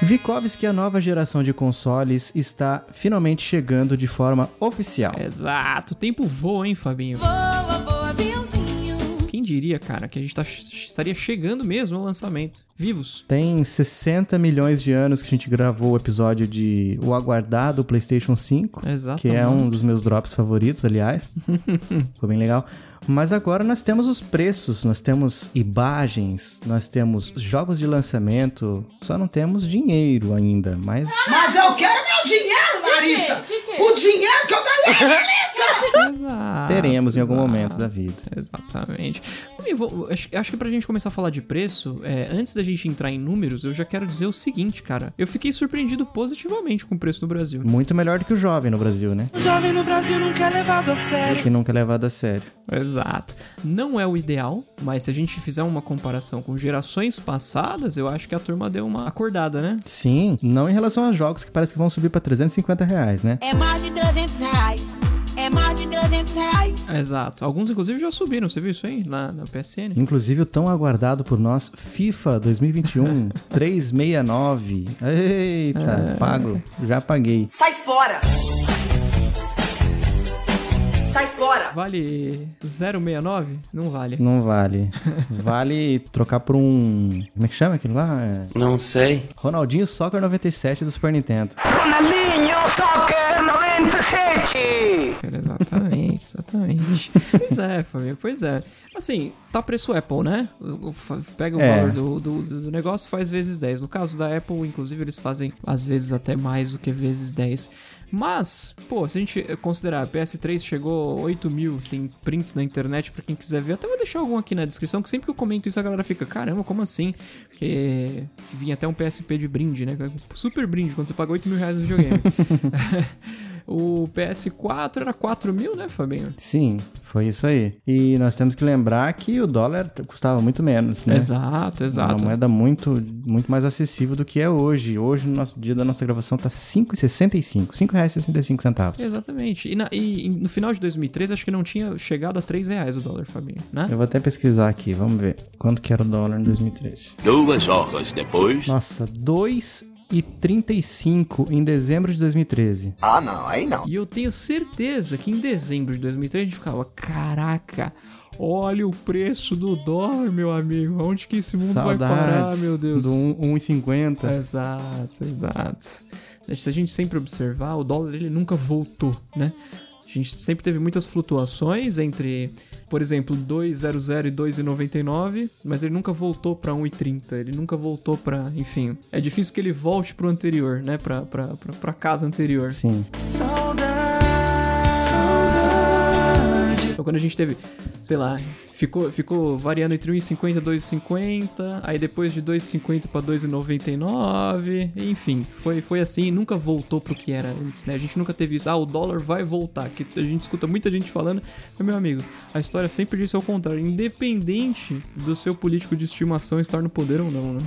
Vikovski, a nova geração de consoles, está finalmente chegando de forma oficial. Exato, o tempo voa, hein, Fabinho? Voa, voa, aviãozinho. Quem diria, cara, que a gente tá- estaria chegando mesmo ao lançamento. Vivos. Tem 60 milhões de anos que a gente gravou o episódio de O Aguardado PlayStation 5, Exatamente. que é um dos meus drops favoritos, aliás. Ficou bem legal. Mas agora nós temos os preços, nós temos imagens, nós temos jogos de lançamento, só não temos dinheiro ainda, mas Mas eu quero meu dinheiro, Larissa! O dinheiro que eu ganhei! Exato, um teremos em algum Ah, exato. momento né? da vida. Exatamente. Eu vou- acho, acho que pra gente começar a falar de preço, é, antes da gente entrar em números, eu já quero dizer o seguinte, cara. Eu fiquei surpreendido positivamente com o preço no Brasil. Muito melhor do que o jovem no Brasil, né? O Um jovem no Brasil nunca é levado a sério. Que nunca é levado a sério. Exato. Não é o ideal, mas se a gente fizer uma comparação com gerações passadas, eu acho que a turma deu uma acordada, né? Sim, não em relação a jogos que parece que vão subir pra 350 reais, né? É mais de 300 reais. É mais de 300 reais. Exato. Alguns, inclusive, já subiram, você viu isso aí? Lá na PSN? Inclusive o tão aguardado por nós FIFA 2021 369. Eita, pago, já paguei. Sai fora! Sai fora! Vale 0,69? Não vale. Não vale. Vale trocar por um. Como é que chama aquilo lá? É Não sei. Ronaldinho Soccer 97 do Super Nintendo. Cara, Exatamente, exatamente. pois é, família, pois é. Assim, tá preço Apple, né? O- o fa- Pega o É. valor do, do, do negócio faz vezes 10. No caso da Apple, inclusive, eles fazem às vezes até mais do que vezes 10. Mas, pô, se a gente considerar, a PS3 chegou 8 mil, tem prints na internet pra quem quiser ver. Até vou deixar algum aqui na descrição, que sempre que eu comento isso a galera fica, caramba, como assim? Porque vinha até um PSP de brinde, né? Super brinde, quando você paga 8 mil reais no videogame. O PS4 era 4 mil, né, Fabinho? Sim, foi isso aí. E nós temos que lembrar que o dólar custava muito menos, né? Exato, exato. Uma moeda muito, muito mais acessível do que é hoje. Hoje, no nosso dia da nossa gravação, tá R$ 5,65. R$ 5,65. Exatamente. E, na- e- e no final de 2013, acho que não tinha chegado a 3 reais o dólar, Fabinho, né? Eu vou até pesquisar aqui, vamos ver. Quanto que era o dólar em 2013? Duas horas depois. Nossa, 2,35 em dezembro de 2013. Ah, não, aí não. E eu tenho certeza que em dezembro de 2003 a gente ficava, caraca, olha o preço do dólar, meu amigo. Aonde que esse mundo vai parar, meu Deus? do 1, 1,50. Exato, exato. Se a gente sempre observar, o dólar ele nunca voltou, né? A gente sempre teve muitas flutuações entre, por exemplo, 2,00 e 2,99, mas ele nunca voltou pra 1,30, ele nunca voltou pra, enfim, é difícil que ele volte pro anterior, né, Pra pra- pra- pra casa anterior. Sim. Então quando a gente teve, sei lá, ficou, ficou variando entre 1,50 e 2,50, aí depois de 2,50 pra 2,99, enfim, foi, foi assim, nunca voltou pro que era antes, né? A gente nunca teve isso, ah, o dólar vai voltar, que a gente escuta muita gente falando, mas, meu amigo, a história sempre disse ao contrário, independente do seu político de estimação estar no poder ou não, né?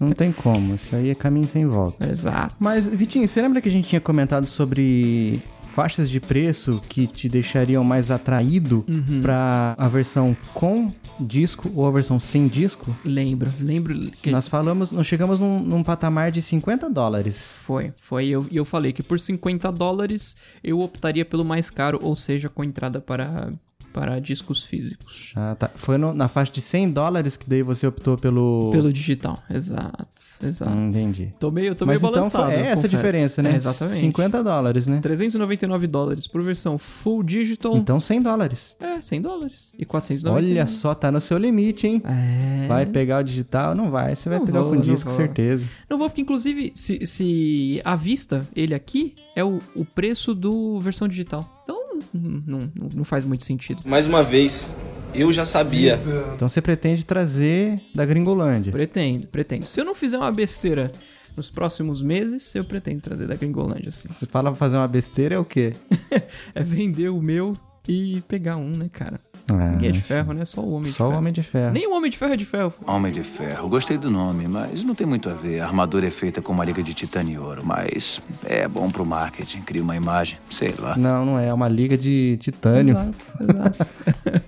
Não tem como, isso aí é caminho sem volta. Exato. Mas, Vitinho, você lembra que a gente tinha comentado sobre faixas de preço que te deixariam mais atraído Uhum. pra a versão com disco ou a versão sem disco? lembro, lembro que Nós falamos, nós chegamos num, num patamar de 50 dólares. Foi, foi. E eu, e eu falei que por 50 dólares eu optaria pelo mais caro, ou seja, com entrada para, para discos físicos. Ah, tá. Foi no- na faixa de 100 dólares que daí você optou pelo... Pelo digital, exato, exato. Hum, entendi. Tô meio, tô meio Mas então balançado. foi- é eu essa a confesso. diferença, né? É, exatamente. 50 dólares, né? 399 dólares por versão full digital. Então 100 dólares. É, 100 dólares. E 499. Olha só, tá no seu limite, hein? É. Vai pegar o digital? Não vai. Você vai Não pegar vou, com não disco, vou. certeza. Não vou, porque inclusive, se, se à vista, ele aqui é o, o preço do versão digital. Então, não, não, não faz muito sentido. Mais uma vez, eu já sabia. Então você pretende trazer da Gringolândia. Pretendo, pretendo. Se eu não fizer uma besteira nos próximos meses, eu pretendo trazer da Gringolândia, assim. Você fala pra fazer uma besteira é o quê? é vender o meu e pegar um, né, cara? Ah, Ninguém é de sim. ferro, né? Só o homem de Só o ferro. Homem de Ferro. Nem o Homem de Ferro é de ferro. Homem de Ferro. Gostei do nome, mas não tem muito a ver. A armadura é feita com uma liga de titânio e ouro, mas é bom pro marketing. Cria uma imagem, sei lá. Não, não é. É uma liga de titânio. Exato, exato.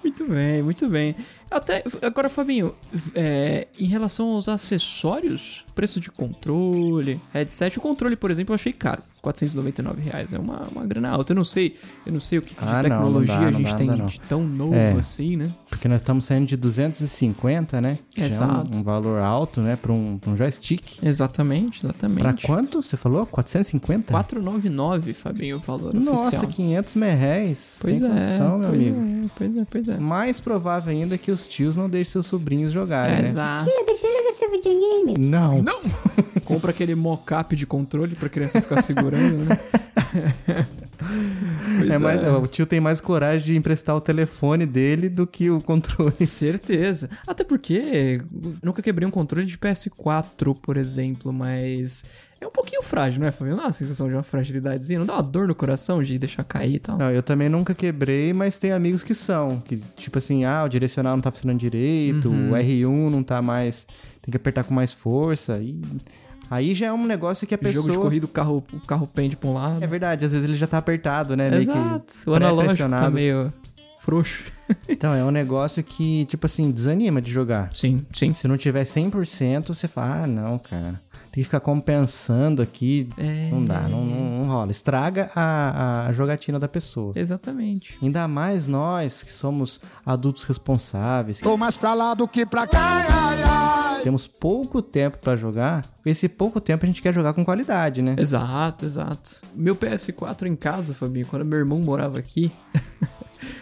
Muito bem, muito bem. Até agora, Fabinho, é, em relação aos acessórios, preço de controle, headset, o controle, por exemplo, eu achei caro. R$ 499 reais é uma, uma grana alta. Eu não sei, eu não sei o que, que de Ah, não, não tecnologia dá, a não gente dá, tem não dá, não. de tão novo É. assim, né? Porque nós estamos saindo de 250, né? Que é um- Exato. um, valor alto, né? Pra um, pra um joystick. Exatamente, exatamente. Pra quanto? Você falou? 450? 499, Fabinho, o valor Nossa, oficial. 500 merréis. Pois Sem é, condição, meu pois amigo. é, pois é, pois é. Mais provável ainda é que os tios não deixem seus sobrinhos jogarem, né? Exato. Não. Não! Compra aquele mocap de controle pra criança ficar segurando, né? Pois É mais, O tio tem mais coragem de emprestar o telefone dele do que o controle. Certeza. Até porque nunca quebrei um controle de PS4, por exemplo, mas é um pouquinho frágil, não é, Fabinho? Não dá uma sensação de uma fragilidadezinha, não dá uma dor no coração de deixar cair e tal. Não, eu também nunca quebrei, mas tem amigos que são. Que, tipo assim, ah, o direcional não tá funcionando direito, o Uhum. R1 não tá mais. Tem que apertar com mais força. E... Aí já é um negócio que a pessoa. Jogo de corrida, o carro, o carro pende pra um lado. É verdade, às vezes ele já tá apertado, né? meio que Exato. O analógico tá pré-pressionado. meio frouxo. Então, é um negócio que, tipo assim, desanima de jogar. Sim, sim. Se não tiver 100%, você fala, ah, não, cara. Tem que ficar compensando aqui. É. Não dá, não, não- não rola. Estraga a, a jogatina da pessoa. Exatamente. Ainda mais nós que somos adultos responsáveis, que Tô mais pra lá do que pra cá. temos pouco tempo pra jogar. Esse pouco tempo a gente quer jogar com qualidade, né? Exato, exato. Meu PS4 em casa, Fabinho, quando meu irmão morava aqui,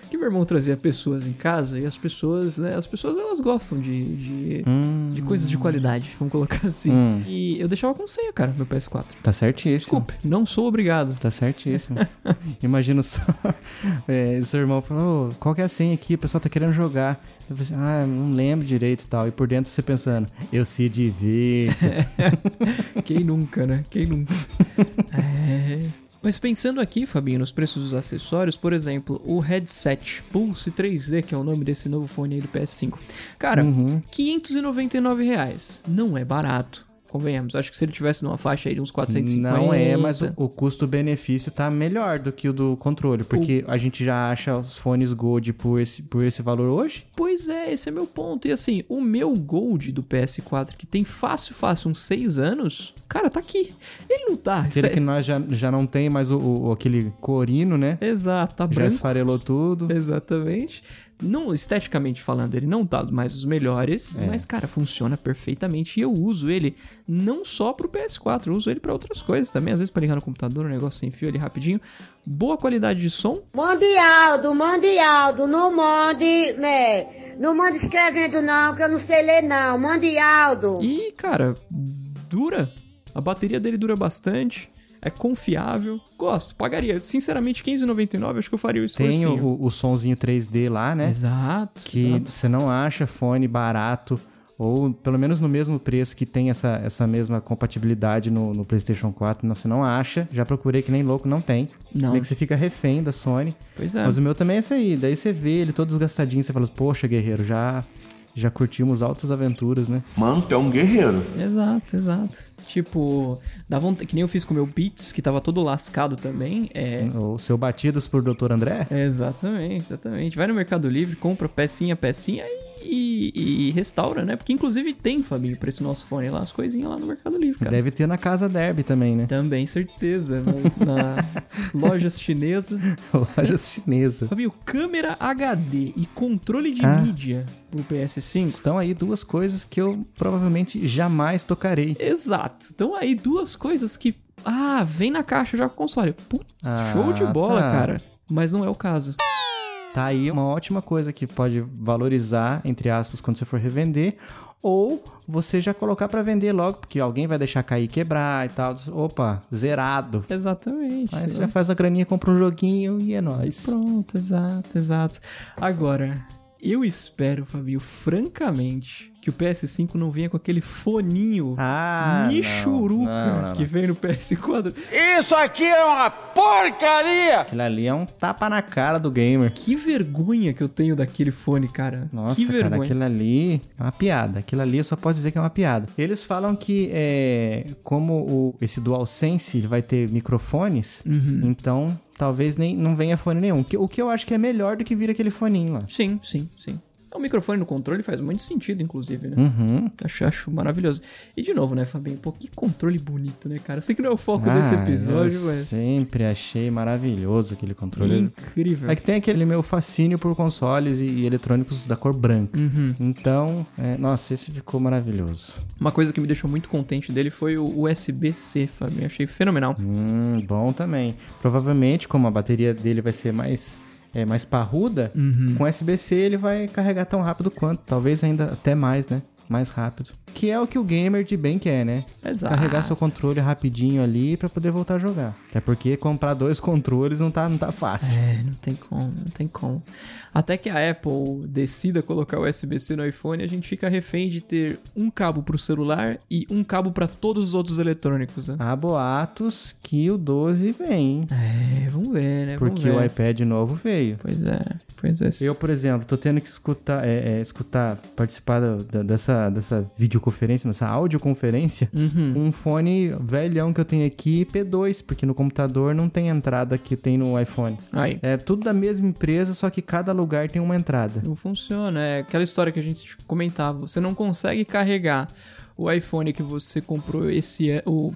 que meu irmão trazia pessoas em casa e as pessoas, né, as pessoas elas gostam de, de, de coisas de qualidade, vamos colocar assim. E eu deixava com senha, cara, meu PS4. Tá certíssimo. Desculpe, não sou obrigado. Tá certíssimo. Imagino só. É, seu irmão falou: "Ô, qual que é a senha aqui? O pessoal tá querendo jogar. Eu falei assim: ah, não lembro direito e tal. E por dentro você pensando: eu se divirto. Quem nunca, né? Quem nunca? É. Mas pensando aqui, Fabinho, nos preços dos acessórios, por exemplo, o headset Pulse 3D, que é o nome desse novo fone aí do PS5. Cara, Uhum. R$ 599 reais. Não é barato. Convenhamos, acho que se ele tivesse numa faixa aí de uns 450... Não é, mas o, o custo-benefício tá melhor do que o do controle. Porque a gente já acha os fones Gold por esse, por esse valor hoje. Pois é, esse é meu ponto. E assim, o meu Gold do PS4, que tem fácil, fácil, uns 6 anos, cara, tá aqui. Ele não tá... Sendo que nós já, já não tem mais o, o- aquele corino, né? Exato, tá Já branco. É esfarelou tudo. Exatamente. Não, esteticamente falando, ele não tá mais os melhores, É. mas, cara, funciona perfeitamente. E eu uso ele não só pro PS4, eu uso ele pra outras coisas também. Às vezes pra ligar no computador, um negócio sem fio ali rapidinho. Boa qualidade de som. Mande Aldo, mande Aldo, não mande, né? Não mande escrevendo não, que eu não sei ler não. Mande Aldo. E, cara, dura. A bateria dele dura bastante. É confiável. Gosto. Pagaria, sinceramente, R$15,99. Acho que eu faria o Tem esforcinho. É. o, o sonzinho 3D lá, Uhum. né? Exato. que exato. você não acha fone barato ou pelo menos no mesmo preço que tem essa, essa mesma compatibilidade no, no PlayStation 4, não, você não acha. Já procurei que nem louco, não tem. Não. Meio que você fica refém da Sony. Pois é. Mas o meu também é esse aí. Daí você vê ele todo desgastadinho, você fala, poxa, guerreiro, já, já curtimos altas aventuras, né? Mano, tu é um guerreiro. Exato, exato. Tipo, dá vontade, que nem eu fiz com o meu Beats, que tava todo lascado também. É. O seu Batidas por Dr. André? Exatamente, exatamente. Vai no Mercado Livre, compra pecinha, pecinha e, e- e restaura, né? Porque inclusive tem, Fabinho, pra esse nosso fone lá, as coisinhas lá no Mercado Livre, cara. Deve ter na casa Derby também, né? Também, certeza. Na, na lojas chinesa. Loja chinesa. Fabinho, câmera HD e controle de Ah. mídia pro PS5. Estão aí duas coisas que eu provavelmente jamais tocarei. Exato. Então aí duas coisas que. Ah, vem na caixa já com o console. Putz, Ah, show de bola, tá. cara. Mas não é o caso. Tá aí uma ótima coisa que pode valorizar, entre aspas, quando você for revender, ou você já colocar pra vender logo, porque alguém vai deixar cair, e quebrar e tal. Opa, zerado. Exatamente. Aí você já faz a graninha, compra um joguinho e é nóis. Pronto, exato, exato. Agora, eu espero, Fabio, francamente, que o PS5 não vinha com aquele foninho Ah, michuruca não, não, não, que vem no PS4. Aquilo ali é um tapa na cara do gamer. Que vergonha que eu tenho daquele fone, cara. Nossa, que cara, vergonha. aquilo ali é uma piada. Aquilo ali eu só posso dizer que é uma piada. Eles falam que é, como o, esse DualSense ele vai ter microfones, Uhum. então talvez nem não venha fone nenhum. Que- O que eu acho que é melhor do que vir aquele foninho lá. Sim, sim, sim. O microfone no controle faz muito sentido, inclusive, né? Uhum. Acho, acho maravilhoso. E de novo, né, Fabinho? Pô, que controle bonito, né, cara? Eu sei que não é o foco desse Ah, episódio, eu mas. sempre achei maravilhoso aquele controle. Incrível. É que tem aquele meu fascínio por consoles e, e eletrônicos da cor branca. Uhum. Então, é, nossa, esse ficou maravilhoso. Uma coisa que me deixou muito contente dele foi o USB-C, Fabinho. Achei fenomenal. Hum, bom também. Provavelmente, como a bateria dele vai ser mais, é, mais parruda, Uhum. com USB-C ele vai carregar tão rápido quanto. Talvez ainda até mais, né? Mais rápido. Que é o que o gamer de bem quer, né? Exato. Carregar seu controle rapidinho ali pra poder voltar a jogar. Até porque comprar dois controles não tá, não tá fácil. É, não tem como, não tem como. Até que a Apple decida colocar o USB-C no iPhone, a gente fica refém de ter um cabo pro celular e um cabo pra todos os outros eletrônicos, né? Há boatos que o 12 vem. hein? É, vamos ver, né? Porque vamos ver. o iPad novo veio. Pois é, pois é. Eu, por exemplo, tô tendo que escutar, é, é, escutar participar da- da- dessa, dessa videoconferência, dessa audioconferência, Uhum. com um fone velhão que eu tenho aqui, P2, porque no computador não tem entrada que tem no iPhone. Aí. É tudo da mesma empresa, só que cada lugar tem uma entrada. Não funciona. É aquela história que a gente comentava. Você não consegue carregar o iPhone que você comprou esse ano- o,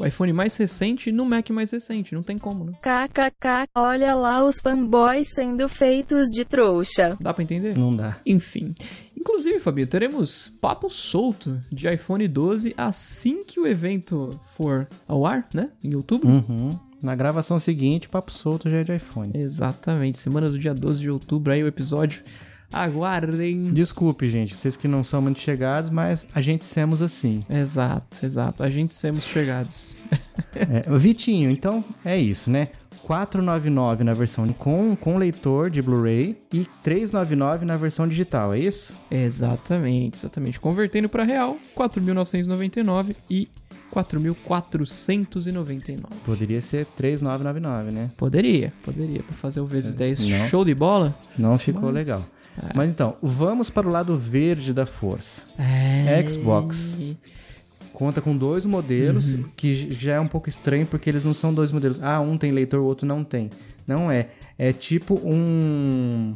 o iPhone mais recente no Mac mais recente. Não tem como, né? KKK, olha lá os fanboys sendo feitos de trouxa. Dá pra entender? Não dá. Enfim. Inclusive, Fabio, teremos papo solto de iPhone 12 assim que o evento for ao ar, né? Em outubro. Uhum. Na gravação seguinte, papo solto já é de iPhone. Exatamente. Semana do dia 12 de outubro, aí o episódio. Aguardem. Desculpe, gente, vocês que não são muito chegados, mas a gente somos assim. Exato, exato. A gente sermos chegados. É, o Vitinho, então é isso, né? 499 na versão com, com leitor de Blu-ray e 399 na versão digital, é isso? Exatamente, exatamente. Convertendo para real, 4.999 e 4.499. Poderia ser 3999, né? Poderia, poderia, para fazer o vezes 10 É, não. show de bola. Não ficou Mas- legal. Mas então, vamos para o lado verde da força. Xbox. Conta com dois modelos, que j- já é um pouco estranho porque eles não são dois modelos. Ah, um tem leitor, o outro não tem. Não é. É tipo um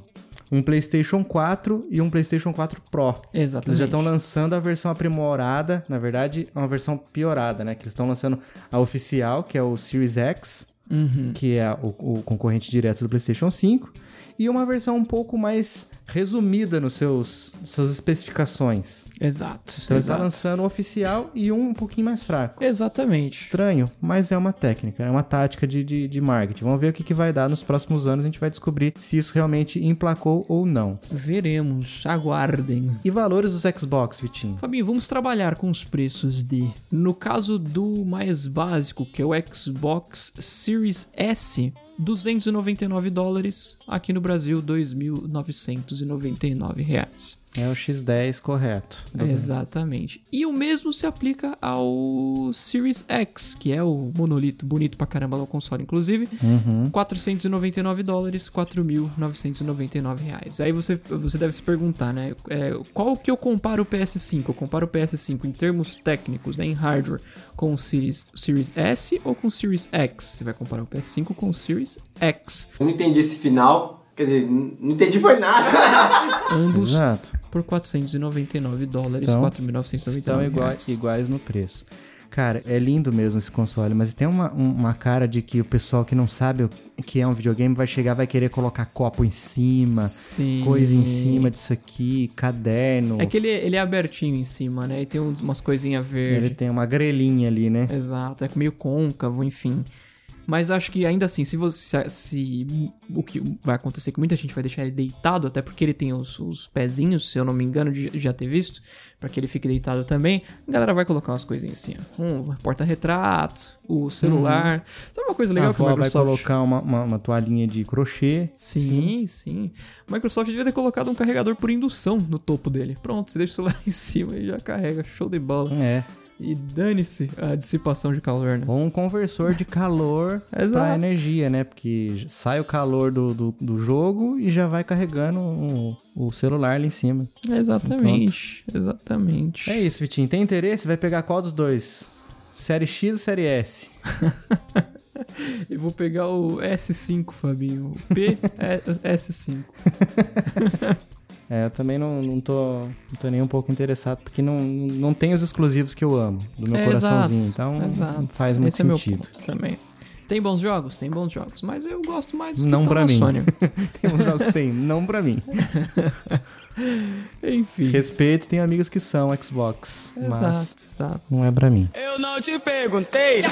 um PlayStation 4 e um PlayStation 4 Pro. Eles É, Exatamente. já estão lançando a versão aprimorada, na verdade, uma versão piorada, né? Que eles estão lançando a oficial, que é o Series X, Uhum. que é o, o concorrente direto do PlayStation 5, e uma versão um pouco mais resumida nos seus suas especificações. Exato. Então eles estão exato. lançando o oficial e um um pouquinho mais fraco. Exatamente. Estranho, mas é uma técnica, é uma tática de, de, de marketing. Vamos ver o que, que vai dar nos próximos anos, a gente vai descobrir se isso realmente emplacou ou não. Então, Veremos, aguardem. E valores dos Xbox, Vitinho? Fabinho, vamos trabalhar com os preços de. No caso do mais básico, que é o Xbox Series S, 299 dólares, aqui no Brasil 2.999 reais. É o X10 correto. Exatamente. E o mesmo se aplica ao Series X, que é o monolito bonito pra caramba lá o console, inclusive. Uhum. 499 dólares, 4.999 reais. Aí você, você deve se perguntar, né? é, qual que eu comparo o PS5? Eu comparo o PS5 em termos técnicos, né? Em hardware, com o Series, Series S ou com o Series X? Você vai comparar o PS5 com o Series X. Eu não entendi esse final. Quer dizer, n- não entendi foi nada. Ambos Exato. por 499 dólares, Então, 4.999 Estão reais. iguais, iguais no preço. Cara, é lindo mesmo esse console, mas tem uma, um- uma cara de que o pessoal que não sabe o que é um videogame vai chegar, vai querer colocar copo em cima, Sim. coisa em cima disso aqui, caderno. É que é ele, ele é abertinho em cima, né? E tem uns- umas coisinhas Ele verdes. tem uma grelhinha ali, né? Exato, é meio côncavo, é enfim. Mas acho que ainda assim, se você. Se, se- o que vai acontecer, é que muita gente vai deixar ele deitado, até porque ele tem os, os pezinhos, se eu não me engano, de já ter visto, pra que ele fique deitado também. A galera vai colocar umas coisinhas assim, ó. Um porta-retrato, o celular. Sabe uma coisa legal Uhum. a que o avó vai Microsoft. colocar uma, uma, uma toalhinha de crochê. Sim, sim. O Microsoft devia ter colocado um carregador por indução no topo dele. Pronto, você deixa o celular em cima e já carrega. Show de bola. É. E dane-se a dissipação de calor, né? Ou um conversor de calor pra Exato. energia, né? Porque j- sai o calor do, do, do jogo e já vai carregando o, o celular ali em cima. Exatamente. Exatamente. É isso, Vitinho. Tem interesse? Vai pegar qual dos dois? Série X ou Série S? Eu vou pegar o S5, Fabinho. O P é S5. É, eu também não, não, tô, não tô nem um pouco interessado, porque não, não tem os exclusivos que eu amo, do meu É, coraçãozinho. exato, então não exato. faz muito Esse É meu sentido. ponto também. Tem bons jogos? Tem bons jogos. Mas eu gosto mais dos que não tão pra na mim. Sony. tem uns jogos que tem, não pra mim. Enfim. Respeito, tem amigos que são Xbox, mas Exato, exato. não é pra mim. Eu não te perguntei.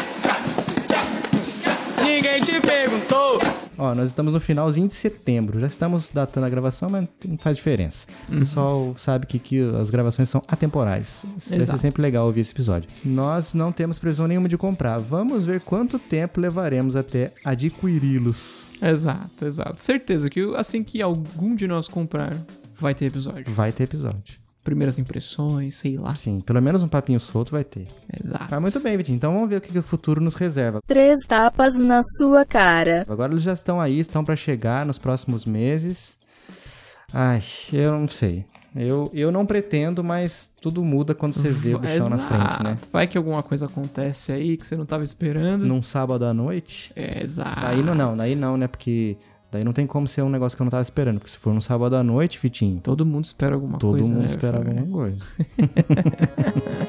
Ninguém te perguntou. Ó, nós estamos no finalzinho de setembro. Já estamos datando a gravação, mas não faz diferença. O pessoal sabe que, que as gravações são atemporais. Isso Vai ser Exato. sempre legal ouvir esse episódio. Nós não temos previsão nenhuma de comprar. Vamos ver quanto tempo levaremos até adquiri-los. Exato, exato. Certeza que assim que algum de nós comprar, vai ter episódio. Vai ter episódio. Primeiras impressões, sei lá. Sim, pelo menos um papinho solto vai ter. Exato. Mas muito bem, Vitinho. Então vamos ver o que, que o futuro nos reserva. Três tapas na sua cara. Agora eles já estão aí, estão pra chegar nos próximos meses. Ai, eu não sei. Eu, eu não pretendo, mas tudo muda quando você vê o bichão na frente, né? Exato. Vai que alguma coisa acontece aí que você não tava esperando. Num sábado à noite? É, exato. Aí não, não, daí não, né? Porque daí não tem como ser um negócio que eu não tava esperando. Porque se for num sábado à noite, Vitinho, Todo mundo espera alguma todo coisa. mundo né, espera Fábio? alguma coisa.